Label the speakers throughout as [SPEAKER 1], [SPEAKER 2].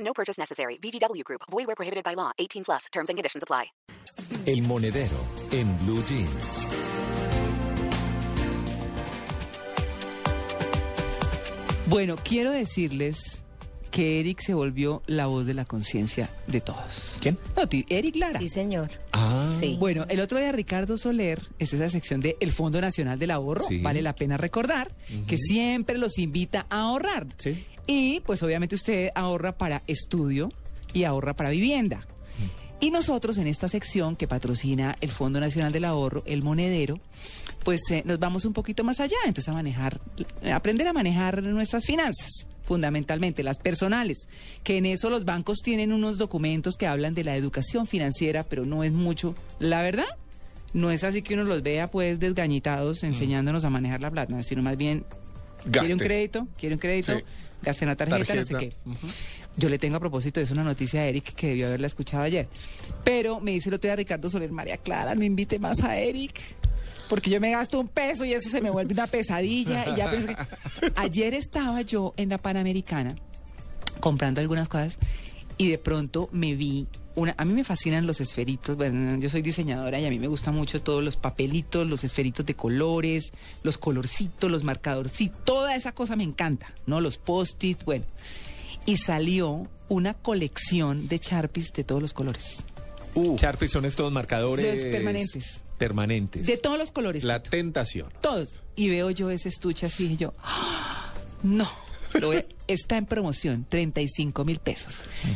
[SPEAKER 1] No purchase necessary. VGW Group. Void where prohibited by law. 18 plus. Terms and conditions apply.
[SPEAKER 2] El monedero en blue jeans.
[SPEAKER 3] Bueno, quiero decirles que Eric se volvió la voz de la conciencia de todos.
[SPEAKER 2] ¿Quién?
[SPEAKER 3] No, ti- Eric Lara.
[SPEAKER 4] Sí, señor.
[SPEAKER 2] Ah,
[SPEAKER 4] Sí.
[SPEAKER 3] Bueno, el otro día Ricardo Soler, esta es la sección de El Fondo Nacional del Ahorro,
[SPEAKER 2] Sí.
[SPEAKER 3] vale la pena recordar, que siempre los invita a ahorrar.
[SPEAKER 2] Sí.
[SPEAKER 3] Y pues obviamente usted ahorra para estudio y ahorra para vivienda. Y nosotros en esta sección que patrocina el Fondo Nacional del Ahorro, el Monedero, pues eh, nos vamos un poquito más allá, entonces a manejar, a aprender a manejar nuestras finanzas, fundamentalmente las personales, que en eso los bancos tienen unos documentos que hablan de la educación financiera, pero no es mucho, la verdad. No es así que uno los vea pues desgañitados enseñándonos a manejar la plata, sino más bien quiere un
[SPEAKER 2] Gaste.
[SPEAKER 3] crédito, quiere un crédito,
[SPEAKER 2] Sí.
[SPEAKER 3] gaste en la tarjeta, no sé
[SPEAKER 2] Tarjeta.
[SPEAKER 3] qué. Yo le tengo a propósito de eso una noticia a Eric que debió haberla escuchado ayer. Pero me dice el otro día Ricardo Soler, María Clara, no invite más a Eric. Porque yo me gasto un peso y eso se me vuelve una pesadilla. Y ya pienso que- Ayer estaba yo en la Panamericana comprando algunas cosas y de pronto me vi una a mí me fascinan los esferitos, bueno, yo soy diseñadora y a mí me gustan mucho todos los papelitos, los esferitos de colores, los colorcitos, los marcadorcitos, toda esa cosa me encanta, ¿no? Los post-its, bueno. Y salió una colección de Sharpies de todos los colores,
[SPEAKER 2] Sharpie son estos marcadores
[SPEAKER 3] Los permanentes.
[SPEAKER 2] Permanentes.
[SPEAKER 3] de todos los colores.
[SPEAKER 2] La tentación.
[SPEAKER 3] todos. Y veo yo ese estuche así y yo, ¡ah! no, lo voy a- está en promoción, 35 mil pesos.
[SPEAKER 5] Mm.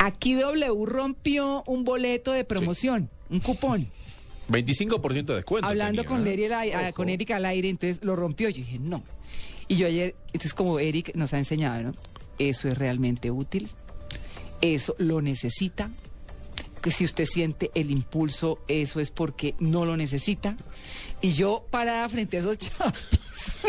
[SPEAKER 3] Aquí W rompió un boleto de promoción, un cupón.
[SPEAKER 5] 25% de descuento.
[SPEAKER 3] Hablando
[SPEAKER 5] tenía,
[SPEAKER 3] con,
[SPEAKER 5] ¿no?
[SPEAKER 3] Leri al ai- a- con Eric al aire, entonces lo rompió. Yo dije, no. Y yo ayer, entonces como Eric nos ha enseñado, ¿no? Eso es realmente útil. Eso lo necesita. Que si usted siente el impulso, eso es porque no lo necesita. Y yo parada frente a esos chavos.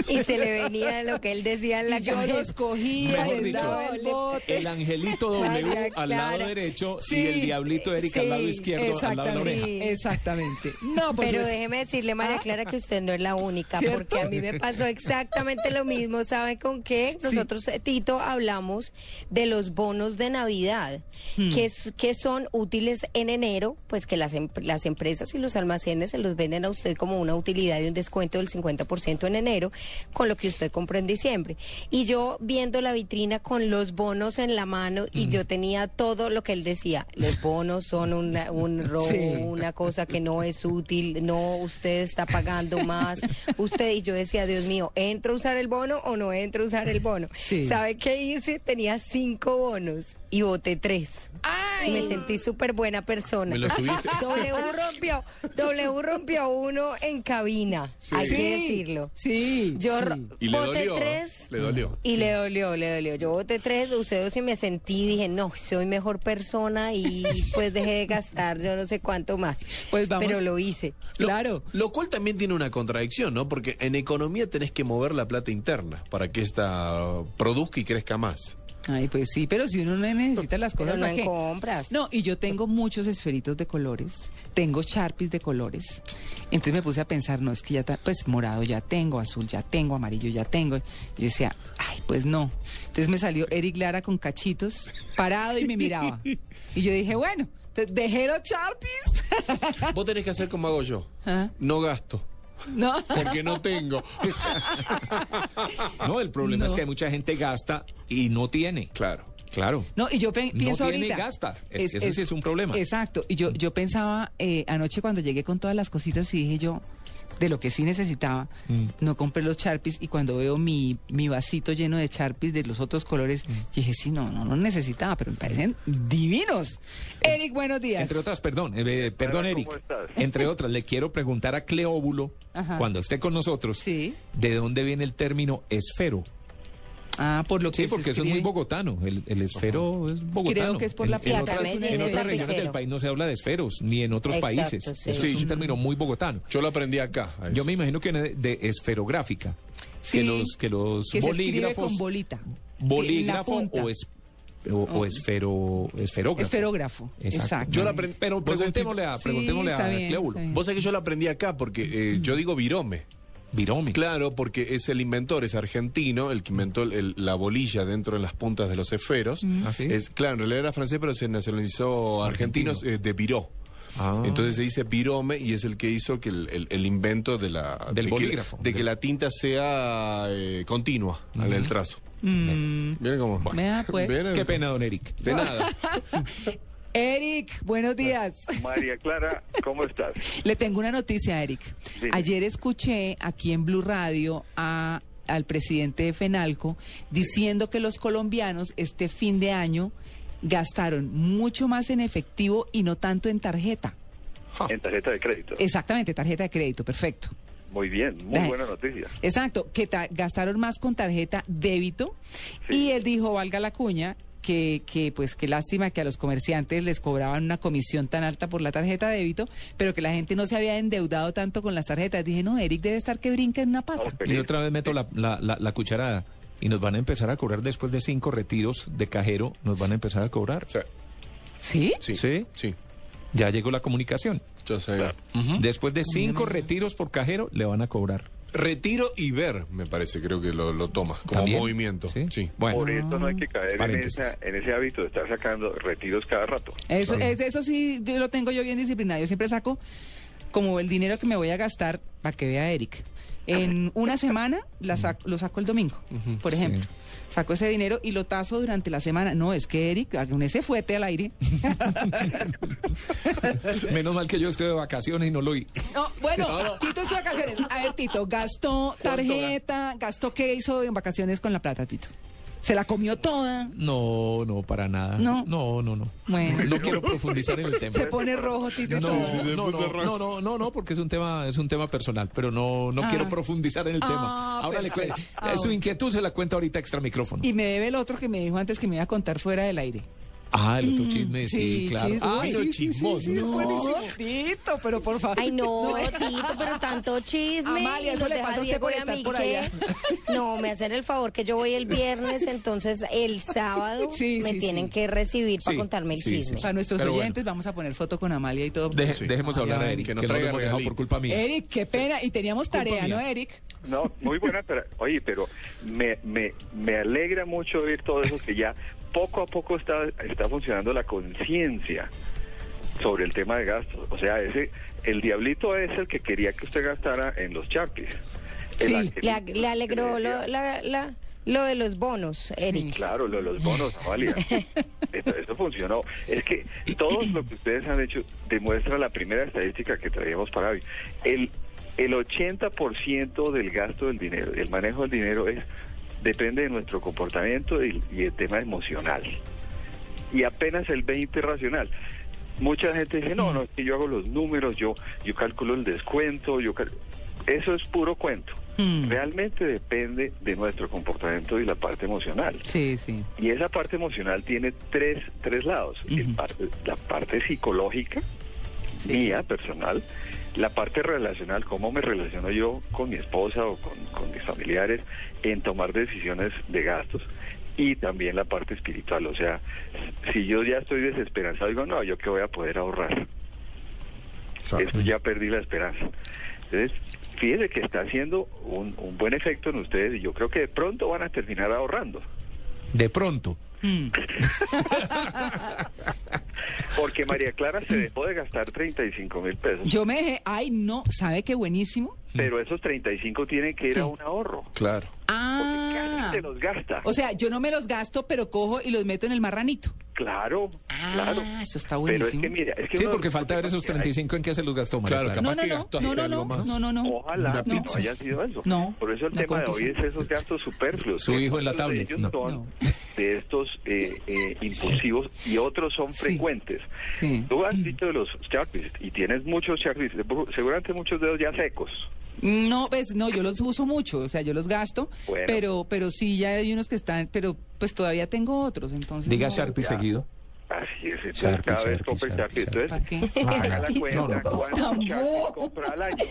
[SPEAKER 4] Y se le venía lo que él decía en la
[SPEAKER 3] Y yo los
[SPEAKER 4] cabeza.
[SPEAKER 3] cogía,
[SPEAKER 2] Mejor
[SPEAKER 3] les
[SPEAKER 2] dicho,
[SPEAKER 3] daba el bote.
[SPEAKER 2] El angelito
[SPEAKER 4] María
[SPEAKER 2] W al lado
[SPEAKER 4] Clara.
[SPEAKER 2] derecho y
[SPEAKER 3] Sí,
[SPEAKER 2] el diablito Eric al lado
[SPEAKER 4] sí,
[SPEAKER 2] izquierdo, al lado de la oreja.
[SPEAKER 4] sí.
[SPEAKER 3] Exactamente. No, pues,
[SPEAKER 4] Pero
[SPEAKER 3] yo-
[SPEAKER 4] déjeme decirle, María
[SPEAKER 3] Ah.
[SPEAKER 4] Clara, que usted no es la única,
[SPEAKER 3] ¿Cierto?
[SPEAKER 4] porque a mí me pasó exactamente lo mismo. ¿Saben con qué? Nosotros, eh, Tito, hablamos de los bonos de Navidad,
[SPEAKER 3] Hmm.
[SPEAKER 4] que, s- que son útiles en enero, pues que las, em- las empresas y los almacenes se los venden a usted como una utilidad y un descuento del 50% en enero, con lo que usted compró en diciembre. Y yo viendo la vitrina con los bonos en la mano
[SPEAKER 3] Hmm.
[SPEAKER 4] y yo tenía todo lo que él decía. Los bonos son una- un robo,
[SPEAKER 3] Sí.
[SPEAKER 4] una cosa que no es útil, no, usted está pagando más. Usted y yo decía, Dios mío, ¿entro a usar el bono o no entro a usar el bono?
[SPEAKER 3] Sí.
[SPEAKER 4] ¿Sabe qué hice? Tenía cinco bonos y voté tres. Y me sentí súper buena persona.
[SPEAKER 5] Me los hubiese-
[SPEAKER 4] W rompió, W rompió uno en cabina, hay
[SPEAKER 3] Sí,
[SPEAKER 4] que decirlo.
[SPEAKER 3] Sí.
[SPEAKER 4] Yo
[SPEAKER 3] sí.
[SPEAKER 4] ro-
[SPEAKER 5] Y le
[SPEAKER 4] voté
[SPEAKER 5] dolió. ¿no?
[SPEAKER 4] tres
[SPEAKER 5] Le dolió.
[SPEAKER 4] y le dolió, le dolió. Yo voté tres, usé dos y me sentí, dije, no, soy mejor persona y pues dejé de gastar yo no sé cuánto más.
[SPEAKER 3] Pues vamos.
[SPEAKER 4] Pero lo hice.
[SPEAKER 5] Lo-
[SPEAKER 3] Claro.
[SPEAKER 5] Lo cual también tiene una contradicción, ¿no? Porque en economía tenés que mover la plata interna para que esta produzca y crezca más.
[SPEAKER 3] Ay, pues sí, pero si uno no necesita las
[SPEAKER 4] Pero
[SPEAKER 3] cosas,
[SPEAKER 4] no
[SPEAKER 3] ¿para
[SPEAKER 4] en
[SPEAKER 3] qué?
[SPEAKER 4] compras.
[SPEAKER 3] No, y yo tengo muchos esferitos de colores, tengo sharpies de colores. Entonces me puse a pensar, no, es que ya, ta- pues morado ya tengo, azul ya tengo, amarillo ya tengo. Y decía, ay, pues no. Entonces me salió Eric Lara con cachitos, parado y me miraba. Y yo dije, bueno, entonces dejé los sharpies.
[SPEAKER 5] Vos tenés que hacer como hago yo.
[SPEAKER 3] Ah.
[SPEAKER 5] No gasto.
[SPEAKER 3] no.
[SPEAKER 5] Porque no tengo.
[SPEAKER 2] No, el problema es que hay mucha gente gasta y no tiene.
[SPEAKER 5] claro.
[SPEAKER 2] Claro.
[SPEAKER 3] No, y yo pe-
[SPEAKER 2] No
[SPEAKER 3] pienso
[SPEAKER 2] tiene
[SPEAKER 3] ahorita.
[SPEAKER 2] gasta. Es- eso sí es un problema.
[SPEAKER 3] Exacto. Y yo, yo pensaba eh, anoche cuando llegué con todas las cositas y dije yo, de lo que sí necesitaba,
[SPEAKER 6] Mm.
[SPEAKER 3] no compré los charpis y cuando veo mi, mi vasito lleno de charpis de los otros
[SPEAKER 6] Mm.
[SPEAKER 3] colores, dije, sí, no, no, no necesitaba, pero me parecen divinos.
[SPEAKER 6] Mm.
[SPEAKER 3] Eric, buenos días.
[SPEAKER 2] Entre otras, perdón, eh, eh, perdón,
[SPEAKER 6] Hola,
[SPEAKER 2] Eric.
[SPEAKER 6] ¿cómo estás?
[SPEAKER 2] Entre otras, le quiero preguntar a Cleóbulo,
[SPEAKER 3] Ajá.
[SPEAKER 2] cuando esté con nosotros,
[SPEAKER 3] Sí.
[SPEAKER 2] ¿de dónde viene el término esfero?
[SPEAKER 3] Ah, por lo que
[SPEAKER 6] Sí,
[SPEAKER 3] se
[SPEAKER 6] porque eso es muy
[SPEAKER 3] escribe.
[SPEAKER 6] bogotano. El, el esfero es bogotano.
[SPEAKER 3] Creo que es por
[SPEAKER 6] En-
[SPEAKER 3] la
[SPEAKER 6] En
[SPEAKER 3] plata,
[SPEAKER 6] otras,
[SPEAKER 3] también
[SPEAKER 6] en
[SPEAKER 3] es
[SPEAKER 6] otras
[SPEAKER 3] lapicero.
[SPEAKER 6] regiones del país no se habla de esferos, ni en otros
[SPEAKER 4] Exacto,
[SPEAKER 6] país. países.
[SPEAKER 4] sí.
[SPEAKER 6] Eso es
[SPEAKER 5] Sí.
[SPEAKER 6] un término muy bogotano.
[SPEAKER 5] Yo lo aprendí acá. a
[SPEAKER 6] Yo
[SPEAKER 5] eso.
[SPEAKER 6] me imagino que de, de esferográfica.
[SPEAKER 3] Sí,
[SPEAKER 6] que los, que los
[SPEAKER 3] que se escribe
[SPEAKER 6] bolígrafos.
[SPEAKER 3] con bolita.
[SPEAKER 6] Bolígrafo
[SPEAKER 3] En la punta.
[SPEAKER 6] o, es, o, o esfero, esferógrafo.
[SPEAKER 3] Esferógrafo, exacto.
[SPEAKER 5] Yo la aprendí-
[SPEAKER 6] Pero preguntémosle a,
[SPEAKER 3] Sí,
[SPEAKER 6] preguntémosle
[SPEAKER 3] está
[SPEAKER 6] a
[SPEAKER 3] bien,
[SPEAKER 6] Cleóbulo.
[SPEAKER 3] está bien.
[SPEAKER 5] Vos sabés que yo lo aprendí acá porque eh, yo digo virome.
[SPEAKER 6] Virome.
[SPEAKER 5] Claro, porque es el inventor, es argentino, el que inventó el- el- la bolilla dentro de las puntas de los esferos.
[SPEAKER 6] ¿Ah, sí?
[SPEAKER 5] es, claro, en realidad era francés, pero se nacionalizó argentino,
[SPEAKER 6] Argentino.
[SPEAKER 5] eh, de viró.
[SPEAKER 6] Ah.
[SPEAKER 5] Entonces se dice virome y es el que hizo que el, el- el invento de la,
[SPEAKER 6] Del
[SPEAKER 5] de que-
[SPEAKER 6] bolígrafo.
[SPEAKER 5] de que
[SPEAKER 6] Del-
[SPEAKER 5] la tinta sea eh, continua en el trazo. Miren cómo.
[SPEAKER 3] Vea, pues.
[SPEAKER 5] Miren.
[SPEAKER 6] Qué pena, don Eric.
[SPEAKER 5] De nada.
[SPEAKER 3] Eric, buenos días.
[SPEAKER 7] Ah, María Clara, ¿cómo estás?
[SPEAKER 3] Le tengo una noticia, Eric.
[SPEAKER 7] Dime.
[SPEAKER 3] Ayer escuché aquí en Blue Radio a- al presidente de Fenalco diciendo que los colombianos este fin de año gastaron mucho más en efectivo y no tanto en tarjeta.
[SPEAKER 7] En tarjeta de crédito.
[SPEAKER 3] Exactamente, tarjeta de crédito, perfecto.
[SPEAKER 7] Muy bien, muy
[SPEAKER 3] Ay.
[SPEAKER 7] buena noticia.
[SPEAKER 3] Exacto, que ta- gastaron más con tarjeta débito y él dijo, valga la cuña, que, que pues qué lástima que a los comerciantes les cobraban una comisión tan alta por la tarjeta débito, pero que la gente no se había endeudado tanto con las tarjetas. Dije, no, Eric debe estar que brinca en una
[SPEAKER 7] Vamos,
[SPEAKER 3] pata.
[SPEAKER 6] Y
[SPEAKER 7] feliz.
[SPEAKER 6] otra vez meto la, la- la- la cucharada. Y nos van a empezar a cobrar después de cinco retiros de cajero, nos van a empezar a cobrar.
[SPEAKER 5] O sea,
[SPEAKER 3] ¿Sí?
[SPEAKER 5] sí,
[SPEAKER 6] Sí.
[SPEAKER 5] sí.
[SPEAKER 6] Ya llegó la comunicación.
[SPEAKER 5] Yo sé.
[SPEAKER 3] ¿Mm?
[SPEAKER 6] Después de cinco retiros por cajero, le van a cobrar.
[SPEAKER 5] Retiro y ver, me parece, creo que lo, lo toma como
[SPEAKER 6] ¿También?
[SPEAKER 5] movimiento.
[SPEAKER 6] Sí.
[SPEAKER 5] Sí.
[SPEAKER 6] Bueno.
[SPEAKER 7] Por eso no hay que caer en,
[SPEAKER 6] Paréntesis.
[SPEAKER 7] esa- en ese hábito de estar sacando retiros cada rato.
[SPEAKER 3] Eso, es, eso sí, yo lo tengo yo bien disciplinado. Yo siempre saco como el dinero que me voy a gastar, para que vea Eric, en una semana la sac- lo saco el domingo, por ejemplo. Saco ese dinero y lo tazo durante la semana. No, es que Eric, ah, con ese fuete al aire.
[SPEAKER 6] Menos mal que yo estoy de vacaciones y no lo oí.
[SPEAKER 3] No, bueno, Tito en sus vacaciones. A ver, Tito, gastó tarjeta, gastó qué hizo en vacaciones con la plata, Tito. Se la comió toda.
[SPEAKER 6] No, no, para nada.
[SPEAKER 3] No.
[SPEAKER 6] no, no. No,
[SPEAKER 3] Bueno.
[SPEAKER 6] no quiero profundizar en el tema.
[SPEAKER 3] Se pone rojo, Tito.
[SPEAKER 6] No,
[SPEAKER 3] y
[SPEAKER 6] no,
[SPEAKER 3] todo.
[SPEAKER 6] no, no, no, no, no, porque es un tema, es un tema personal, pero no, no
[SPEAKER 3] Ah.
[SPEAKER 6] quiero profundizar en el
[SPEAKER 3] Ah,
[SPEAKER 6] tema. Ahora le
[SPEAKER 3] perfecto.
[SPEAKER 6] cuen-
[SPEAKER 3] Ah,
[SPEAKER 6] eh, su
[SPEAKER 3] bueno.
[SPEAKER 6] inquietud se la cuento ahorita extra micrófono.
[SPEAKER 3] Y me debe el otro que me dijo antes que me iba a contar fuera del aire.
[SPEAKER 6] Ah, el otro chisme, sí,
[SPEAKER 3] sí,
[SPEAKER 6] claro.
[SPEAKER 3] chisme.
[SPEAKER 6] Ah,
[SPEAKER 3] Uy,
[SPEAKER 6] sí, sí, sí, sí,
[SPEAKER 3] No,
[SPEAKER 6] buenísimo.
[SPEAKER 3] Tito, pero por favor.
[SPEAKER 4] Ay, no, Tito, pero tanto chisme.
[SPEAKER 3] Amalia,
[SPEAKER 4] y
[SPEAKER 3] eso
[SPEAKER 4] nos
[SPEAKER 3] le
[SPEAKER 4] deja
[SPEAKER 3] pasa a usted
[SPEAKER 4] Diego
[SPEAKER 3] por
[SPEAKER 4] y
[SPEAKER 3] estar por
[SPEAKER 4] Miguel.
[SPEAKER 3] allá.
[SPEAKER 4] No, me hacen el favor que yo voy el viernes, entonces el sábado
[SPEAKER 3] Sí,
[SPEAKER 4] me
[SPEAKER 3] sí,
[SPEAKER 4] tienen
[SPEAKER 3] sí.
[SPEAKER 4] que recibir para
[SPEAKER 6] Sí,
[SPEAKER 4] contarme el
[SPEAKER 6] sí,
[SPEAKER 4] chisme.
[SPEAKER 3] Para nuestros
[SPEAKER 5] Pero bueno.
[SPEAKER 3] oyentes vamos a poner foto con Amalia y todo.
[SPEAKER 6] Deje-
[SPEAKER 5] Sí.
[SPEAKER 6] Dejemos
[SPEAKER 3] Ay,
[SPEAKER 6] hablar a
[SPEAKER 3] ay,
[SPEAKER 6] Eric, que
[SPEAKER 5] que
[SPEAKER 6] no
[SPEAKER 5] nos
[SPEAKER 6] lo
[SPEAKER 5] traiga
[SPEAKER 6] hemos dejado
[SPEAKER 5] regalito.
[SPEAKER 6] por culpa mía.
[SPEAKER 3] Eric, qué pena. Y teníamos
[SPEAKER 6] Culpa
[SPEAKER 3] tarea,
[SPEAKER 6] mía.
[SPEAKER 3] ¿no, Eric?
[SPEAKER 7] No, muy buena, pero oye, pero me, me, me alegra mucho oír todo eso que ya poco a poco está, está funcionando la conciencia sobre el tema de gastos. O sea, ese el diablito es el que quería que usted gastara en los chapis. El
[SPEAKER 3] Sí,
[SPEAKER 7] angelito
[SPEAKER 4] Le, ag- le alegró
[SPEAKER 7] que le decía,
[SPEAKER 4] lo, la- la- lo de los bonos, Eric.
[SPEAKER 7] Claro, lo de los bonos, Amalia. Esto, esto funcionó. Es que todo lo que ustedes han hecho demuestra la primera estadística que traíamos para hoy. El, el 80% del gasto del dinero, el manejo del dinero es depende de nuestro comportamiento y, y el tema emocional. Y apenas el 20% racional. Mucha gente dice, no, no, es que yo hago los números, yo, yo calculo el descuento, yo cal-". eso es puro cuento.
[SPEAKER 3] Mm.
[SPEAKER 7] Realmente depende de nuestro comportamiento y la parte emocional.
[SPEAKER 3] Sí, sí.
[SPEAKER 7] Y esa parte emocional tiene tres, tres lados. El parte- la parte psicológica,
[SPEAKER 3] Sí.
[SPEAKER 7] mía, personal, la parte relacional, cómo me relaciono yo con mi esposa o con, con mis familiares en tomar decisiones de gastos. Y también la parte espiritual, o sea, si yo ya estoy desesperanzado, digo, no, yo que voy a poder ahorrar. Eso ya perdí la esperanza. Entonces, fíjese que está haciendo un, un buen efecto en ustedes y yo creo que de pronto van a terminar ahorrando.
[SPEAKER 6] De pronto.
[SPEAKER 7] Porque María Clara se dejó de gastar 35 mil pesos,
[SPEAKER 3] Yo me dejé, ay, no, ¿sabe qué buenísimo?
[SPEAKER 7] pero esos 35 tienen que ir
[SPEAKER 3] Sí.
[SPEAKER 7] a un ahorro.
[SPEAKER 5] Claro.
[SPEAKER 3] Ah.
[SPEAKER 7] Se los gasta.
[SPEAKER 3] O sea, yo no me los gasto, pero cojo y los meto en el marranito.
[SPEAKER 7] Claro,
[SPEAKER 3] Ah,
[SPEAKER 7] claro.
[SPEAKER 3] eso está
[SPEAKER 7] Pero es
[SPEAKER 3] buenísimo.
[SPEAKER 7] que mira, es que
[SPEAKER 6] Sí,
[SPEAKER 7] uno de
[SPEAKER 6] porque
[SPEAKER 7] los
[SPEAKER 6] falta ver esos
[SPEAKER 7] problemas que hay-
[SPEAKER 6] 35 en qué se los gastó, María
[SPEAKER 5] Claro,
[SPEAKER 6] Clara.
[SPEAKER 3] No,
[SPEAKER 5] capaz
[SPEAKER 3] no,
[SPEAKER 5] que
[SPEAKER 3] no,
[SPEAKER 5] gastó
[SPEAKER 3] no, no,
[SPEAKER 5] algo
[SPEAKER 3] no,
[SPEAKER 5] más.
[SPEAKER 3] no, no, no.
[SPEAKER 7] Ojalá
[SPEAKER 5] Una
[SPEAKER 7] que no
[SPEAKER 5] pizza.
[SPEAKER 7] haya sido eso.
[SPEAKER 3] No,
[SPEAKER 7] Por eso el
[SPEAKER 3] no
[SPEAKER 7] tema de
[SPEAKER 3] confío.
[SPEAKER 7] hoy es esos gastos superfluos.
[SPEAKER 6] Su hijo en la
[SPEAKER 7] Muchos de
[SPEAKER 6] tablet,
[SPEAKER 7] ellos
[SPEAKER 6] no.
[SPEAKER 7] son
[SPEAKER 3] No.
[SPEAKER 7] de estos eh, eh, impulsivos y otros son
[SPEAKER 3] Sí.
[SPEAKER 7] frecuentes.
[SPEAKER 3] Sí. Mm.
[SPEAKER 7] Tú has dicho de los sharpies y tienes muchos sharpies, seguramente muchos dedos ya secos.
[SPEAKER 3] No, pues no, yo los uso mucho, o sea, yo los gasto,
[SPEAKER 7] Bueno.
[SPEAKER 3] pero pero sí ya hay unos que están, pero pues todavía tengo otros, entonces
[SPEAKER 6] Diga
[SPEAKER 3] no.
[SPEAKER 6] Sharpie
[SPEAKER 7] ya.
[SPEAKER 6] seguido.
[SPEAKER 7] Así es, entonces
[SPEAKER 6] Sharpie,
[SPEAKER 7] cada vez
[SPEAKER 6] Sharpie,
[SPEAKER 7] compra el
[SPEAKER 6] Sharpie,
[SPEAKER 7] Sharpie. Entonces,
[SPEAKER 3] ¿Para qué?
[SPEAKER 7] haga la cuenta
[SPEAKER 6] no, no.
[SPEAKER 7] cuánto Sharpie
[SPEAKER 3] Tampoco.
[SPEAKER 7] compra al año.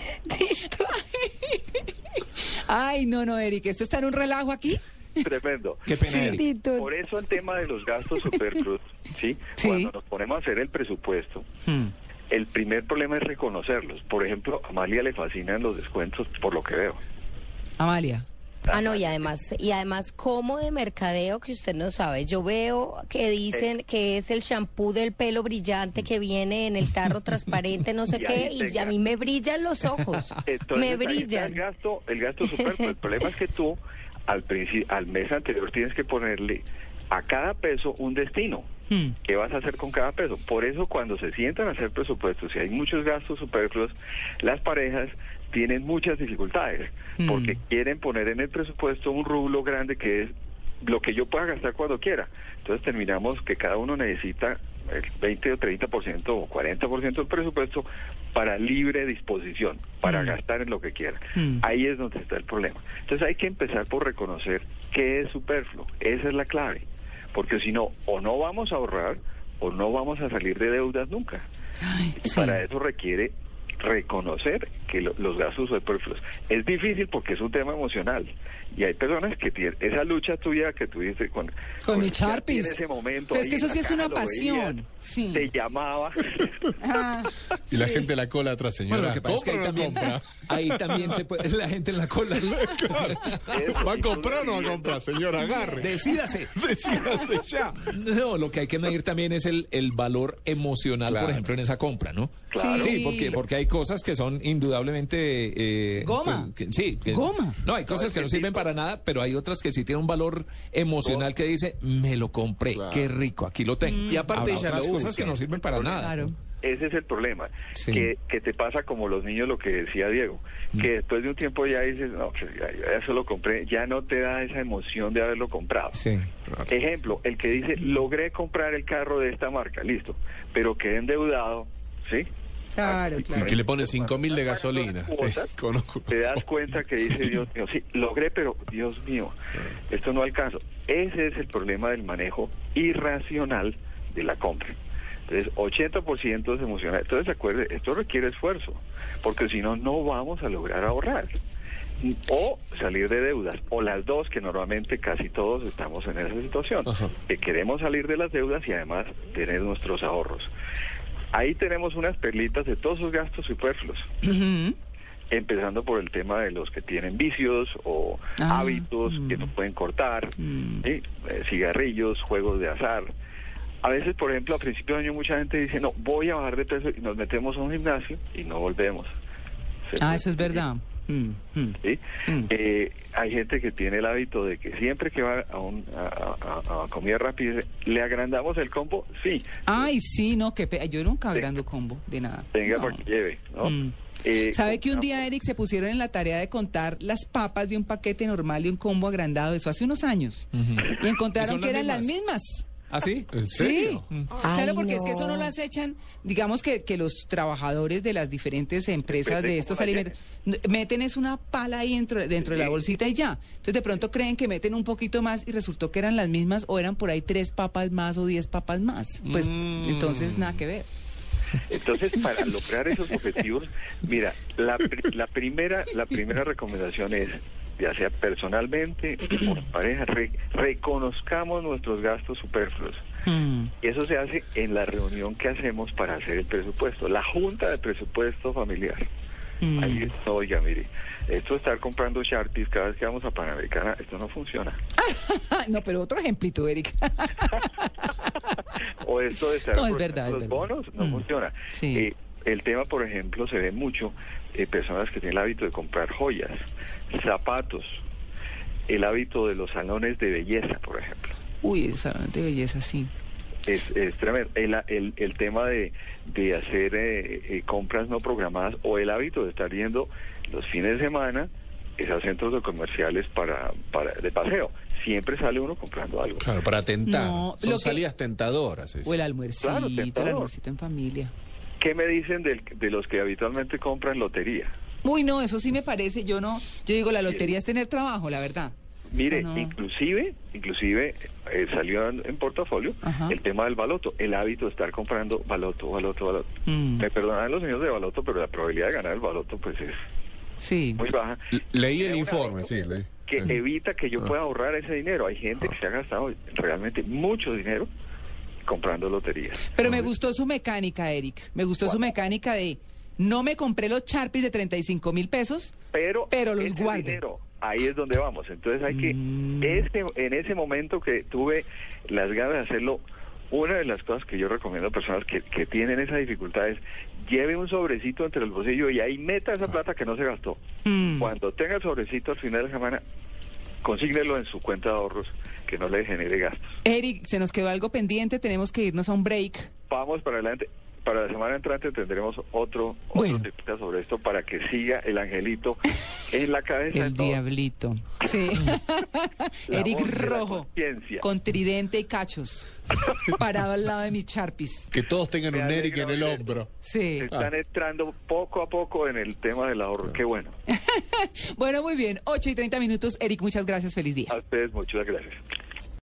[SPEAKER 3] Ay, no, no, Eric, esto está en un relajo aquí.
[SPEAKER 7] Tremendo.
[SPEAKER 6] Qué pena, Eric.
[SPEAKER 4] Tito,
[SPEAKER 7] Por eso el tema de los gastos superfluos, ¿sí?
[SPEAKER 3] Sí. Hmm.
[SPEAKER 7] Cuando nos ponemos a hacer el presupuesto, el primer problema es reconocerlos. Por ejemplo, a Amalia le fascinan los descuentos, por lo que veo.
[SPEAKER 3] Amalia.
[SPEAKER 4] Ah, no, y además, y además, como de mercadeo que usted no sabe. Yo veo que dicen que es el shampoo del pelo brillante que viene en el tarro transparente, no sé
[SPEAKER 7] Y
[SPEAKER 4] qué,
[SPEAKER 7] ahí
[SPEAKER 4] y
[SPEAKER 7] te
[SPEAKER 4] a mí me brillan los ojos.
[SPEAKER 7] Entonces,
[SPEAKER 4] me
[SPEAKER 7] ahí está el
[SPEAKER 4] brillan.
[SPEAKER 7] gasto, el gasto superfluo. El problema es que tú, al, princi- al mes anterior, tienes que ponerle a cada peso un destino.
[SPEAKER 3] Hmm.
[SPEAKER 7] ¿Qué vas a hacer con cada peso? Por eso cuando se sientan a hacer presupuestos y hay muchos gastos superfluos, las parejas tienen muchas dificultades
[SPEAKER 3] Mm.
[SPEAKER 7] porque quieren poner en el presupuesto un rublo grande que es lo que yo pueda gastar cuando quiera. Entonces terminamos que cada uno necesita el 20 o 30% o 40% del presupuesto para libre disposición, para
[SPEAKER 3] Mm.
[SPEAKER 7] gastar en lo que quiera.
[SPEAKER 3] Mm.
[SPEAKER 7] Ahí es donde está el problema. Entonces hay que empezar por reconocer qué es superfluo. Esa es la clave. Porque si no, o no vamos a ahorrar o no vamos a salir de deudas nunca.
[SPEAKER 3] Ay,
[SPEAKER 7] Y
[SPEAKER 3] sí.
[SPEAKER 7] para eso requiere reconocer que lo- los gastos superfluos. Es difícil porque es un tema emocional. Y hay personas que tienen esa lucha tuya que tuviste con,
[SPEAKER 3] Con mis
[SPEAKER 7] el Sharpie
[SPEAKER 3] Sharpies.
[SPEAKER 7] En ese momento.
[SPEAKER 3] Pero es
[SPEAKER 7] ahí
[SPEAKER 3] que
[SPEAKER 7] en
[SPEAKER 3] eso
[SPEAKER 7] la
[SPEAKER 3] sí es
[SPEAKER 7] caja
[SPEAKER 3] una
[SPEAKER 7] lo veías,
[SPEAKER 3] pasión, sí.
[SPEAKER 7] Te llamaba.
[SPEAKER 3] Ah,
[SPEAKER 5] Y la gente la cola atrás, señora.
[SPEAKER 6] Bueno, lo que pasa es que ahí
[SPEAKER 5] ¿Compra o no
[SPEAKER 6] también, ahí también se puede. La gente en la cola.
[SPEAKER 7] Eso,
[SPEAKER 5] ¿Va a
[SPEAKER 7] y tú
[SPEAKER 5] comprar o no va a
[SPEAKER 7] viviendo.
[SPEAKER 5] comprar, señora? Agarre.
[SPEAKER 6] Decídase.
[SPEAKER 5] Decídase ya.
[SPEAKER 6] No, lo que hay que medir también es el, el valor emocional,
[SPEAKER 5] Claro.
[SPEAKER 6] por ejemplo, en esa compra, ¿no?
[SPEAKER 3] Claro.
[SPEAKER 6] Sí, porque, porque hay cosas que son indudablemente... eh,
[SPEAKER 3] Goma.
[SPEAKER 6] pues, que- sí. que-
[SPEAKER 3] Goma.
[SPEAKER 6] No, hay cosas que no sirven para nada, pero hay otras que sí tienen un valor emocional que dice, me lo compré, qué rico, aquí lo tengo.
[SPEAKER 5] Y aparte
[SPEAKER 6] Habrá
[SPEAKER 5] ella lo
[SPEAKER 6] otras cosas
[SPEAKER 5] usa.
[SPEAKER 6] que no sirven para nada.
[SPEAKER 3] claro.
[SPEAKER 7] Ese es el problema,
[SPEAKER 6] Sí.
[SPEAKER 7] que, que te pasa como los niños lo que decía Diego,
[SPEAKER 3] Mm.
[SPEAKER 7] que después de un tiempo ya dices, no, pues ya, ya eso lo compré, ya no te da esa emoción de haberlo comprado.
[SPEAKER 6] Sí.
[SPEAKER 7] Ejemplo, el que dice, logré comprar el carro de esta marca, listo, pero quedé endeudado, ¿sí?
[SPEAKER 3] Claro,
[SPEAKER 5] Y
[SPEAKER 3] claro.
[SPEAKER 5] que le pone 5 mil de gasolina. Sí, conozco.
[SPEAKER 7] Te das cuenta que dice, Dios mío, sí, logré, pero Dios mío, esto no alcanzo. Ese es el problema del manejo irracional de la compra. Entonces, 80% es emocional. Entonces, acuerde, esto requiere esfuerzo, porque si no, no vamos a lograr ahorrar. O salir de deudas, o las dos, que normalmente casi todos estamos en esa situación,
[SPEAKER 5] Ajá.
[SPEAKER 7] que queremos salir de las deudas y además tener nuestros ahorros. Ahí tenemos unas perlitas de todos esos gastos superfluos
[SPEAKER 3] Ujú.
[SPEAKER 7] empezando por el tema de los que tienen vicios o
[SPEAKER 3] Ah,
[SPEAKER 7] hábitos que no pueden cortar,
[SPEAKER 3] Mm.
[SPEAKER 7] ¿sí? Eh, cigarrillos, juegos de azar. A veces, por ejemplo, a principio de año mucha gente dice, no, voy a bajar de peso y nos metemos a un gimnasio y no volvemos. Se
[SPEAKER 3] Ah,
[SPEAKER 7] puede
[SPEAKER 3] eso es
[SPEAKER 7] seguir,
[SPEAKER 3] verdad. Mm, mm.
[SPEAKER 7] ¿sí?
[SPEAKER 3] Mm.
[SPEAKER 7] Eh, hay gente que tiene el hábito de que siempre que va a, un, a- a- a- a comida rápida, dice, ¿le agrandamos el combo? Sí,
[SPEAKER 3] Ay, sí, no, que yo nunca agrando combo de nada.
[SPEAKER 7] venga
[SPEAKER 3] No.
[SPEAKER 7] para que lleve. ¿no?
[SPEAKER 3] Mm.
[SPEAKER 7] Eh,
[SPEAKER 3] ¿Sabe que un día,
[SPEAKER 7] compramos-
[SPEAKER 3] Eric, se pusieron en la tarea de contar las papas de un paquete normal y un combo agrandado? Eso hace unos años. Y encontraron
[SPEAKER 6] ¿Y son
[SPEAKER 3] que
[SPEAKER 6] las
[SPEAKER 3] eran las mismas.
[SPEAKER 6] ¿Ah, sí?
[SPEAKER 5] ¿En
[SPEAKER 3] Sí, Ah,
[SPEAKER 5] serio?
[SPEAKER 3] claro,
[SPEAKER 4] Ay,
[SPEAKER 3] porque es que
[SPEAKER 4] no.
[SPEAKER 3] eso no las echan, digamos que, que los trabajadores de las diferentes empresas
[SPEAKER 7] Depende
[SPEAKER 3] de
[SPEAKER 7] cómo
[SPEAKER 3] estos
[SPEAKER 7] la
[SPEAKER 3] alimentos n- meten es una pala ahí dentro, dentro de la
[SPEAKER 7] Sí.
[SPEAKER 3] bolsita y ya. Entonces de pronto creen que meten un poquito más y resultó que eran las mismas o eran por ahí tres papas más o diez papas más. Pues entonces nada que ver.
[SPEAKER 7] Entonces, para lograr esos objetivos, mira, la, pri- la primera la primera recomendación es, ya sea personalmente o en pareja, re- reconozcamos nuestros gastos superfluos.
[SPEAKER 3] Mm.
[SPEAKER 7] Y eso se hace en la reunión que hacemos para hacer el presupuesto, la junta de presupuesto familiar.
[SPEAKER 3] Mm.
[SPEAKER 7] Ahí es, oiga, mire, esto de estar comprando Sharpies cada vez que vamos a Panamericana, esto no funciona.
[SPEAKER 3] Ah, no, pero otro ejemplito, Eric.
[SPEAKER 7] o esto de estar
[SPEAKER 3] No, es
[SPEAKER 7] por
[SPEAKER 3] verdad,
[SPEAKER 7] ejemplo,
[SPEAKER 3] es
[SPEAKER 7] los
[SPEAKER 3] verdad.
[SPEAKER 7] bonos no
[SPEAKER 3] Mm.
[SPEAKER 7] funciona.
[SPEAKER 3] Sí.
[SPEAKER 7] Eh, el tema, por ejemplo, se ve mucho eh, personas que tienen el hábito de comprar joyas, zapatos, el hábito de los salones de belleza, por ejemplo.
[SPEAKER 3] Uy, el salón de belleza, sí.
[SPEAKER 7] Es, es tremendo. El, el- el tema de, de hacer eh, eh, compras no programadas o el hábito de estar yendo los fines de semana es a centros de comerciales para, para de paseo. Siempre sale uno comprando algo.
[SPEAKER 5] Claro, para tentar.
[SPEAKER 3] No,
[SPEAKER 5] Son
[SPEAKER 3] lo que-
[SPEAKER 5] salidas tentadoras. es.
[SPEAKER 3] O el almuercito,
[SPEAKER 7] Claro,
[SPEAKER 3] el
[SPEAKER 7] tentador.
[SPEAKER 3] almuercito en familia.
[SPEAKER 7] ¿Qué me dicen del- de los que habitualmente compran lotería?
[SPEAKER 3] Uy, no, eso sí me parece. Yo no, yo digo, la lotería es tener trabajo, la verdad.
[SPEAKER 7] Mire,
[SPEAKER 3] No, no.
[SPEAKER 7] inclusive, inclusive eh, salió en, en portafolio
[SPEAKER 3] Ajá.
[SPEAKER 7] el tema del baloto, el hábito de estar comprando baloto, baloto, baloto.
[SPEAKER 3] Mm.
[SPEAKER 7] Me perdonarán los señores de baloto, pero la probabilidad de ganar el baloto pues es
[SPEAKER 3] Sí.
[SPEAKER 7] muy baja.
[SPEAKER 5] Leí
[SPEAKER 7] Tiene
[SPEAKER 5] el
[SPEAKER 7] un
[SPEAKER 5] informe,
[SPEAKER 7] hábito
[SPEAKER 5] sí, leí.
[SPEAKER 7] Que
[SPEAKER 3] Mm.
[SPEAKER 5] Eh.
[SPEAKER 7] evita que yo
[SPEAKER 5] Ah.
[SPEAKER 7] pueda ahorrar ese dinero. Hay
[SPEAKER 3] Ah.
[SPEAKER 7] gente que se ha gastado realmente mucho dinero comprando loterías.
[SPEAKER 3] Pero me gustó su mecánica, Eric. Me gustó su mecánica de no me compré los Sharpies de 35 mil pesos,
[SPEAKER 7] pero,
[SPEAKER 3] los Mm.
[SPEAKER 7] ese
[SPEAKER 3] guardo.
[SPEAKER 7] dinero, ahí es donde vamos. Entonces hay que, ese- en ese momento que tuve las ganas de hacerlo, una de las cosas que yo recomiendo a personas que, que tienen esa dificultad es lleve un sobrecito entre el bolsillo y ahí meta esa plata que no se gastó.
[SPEAKER 3] Mm.
[SPEAKER 7] Cuando tenga el sobrecito al final de la semana, consígnelo en su cuenta de ahorros que no le genere gastos.
[SPEAKER 3] Eric, se nos quedó algo pendiente, tenemos que irnos a un break.
[SPEAKER 7] Vamos para adelante. Para la semana entrante tendremos otro, otro
[SPEAKER 3] Bueno.
[SPEAKER 7] temita sobre esto para que siga el angelito en la cabeza. de
[SPEAKER 3] El
[SPEAKER 7] todos.
[SPEAKER 3] diablito. Sí.
[SPEAKER 7] La
[SPEAKER 3] Eric
[SPEAKER 7] voz de la
[SPEAKER 3] Rojo,
[SPEAKER 7] conciencia.
[SPEAKER 3] con tridente y cachos, parado al lado de mis Sharpies.
[SPEAKER 5] Que todos tengan
[SPEAKER 7] Me
[SPEAKER 5] un Eric
[SPEAKER 7] alegra
[SPEAKER 5] en el
[SPEAKER 7] oír
[SPEAKER 5] hombro.
[SPEAKER 3] Sí.
[SPEAKER 7] Están entrando poco a poco en el tema del ahorro. Qué bueno.
[SPEAKER 3] Bueno, muy bien. 8 y 30 minutos. Eric, muchas gracias. Feliz día.
[SPEAKER 7] A ustedes muchas gracias.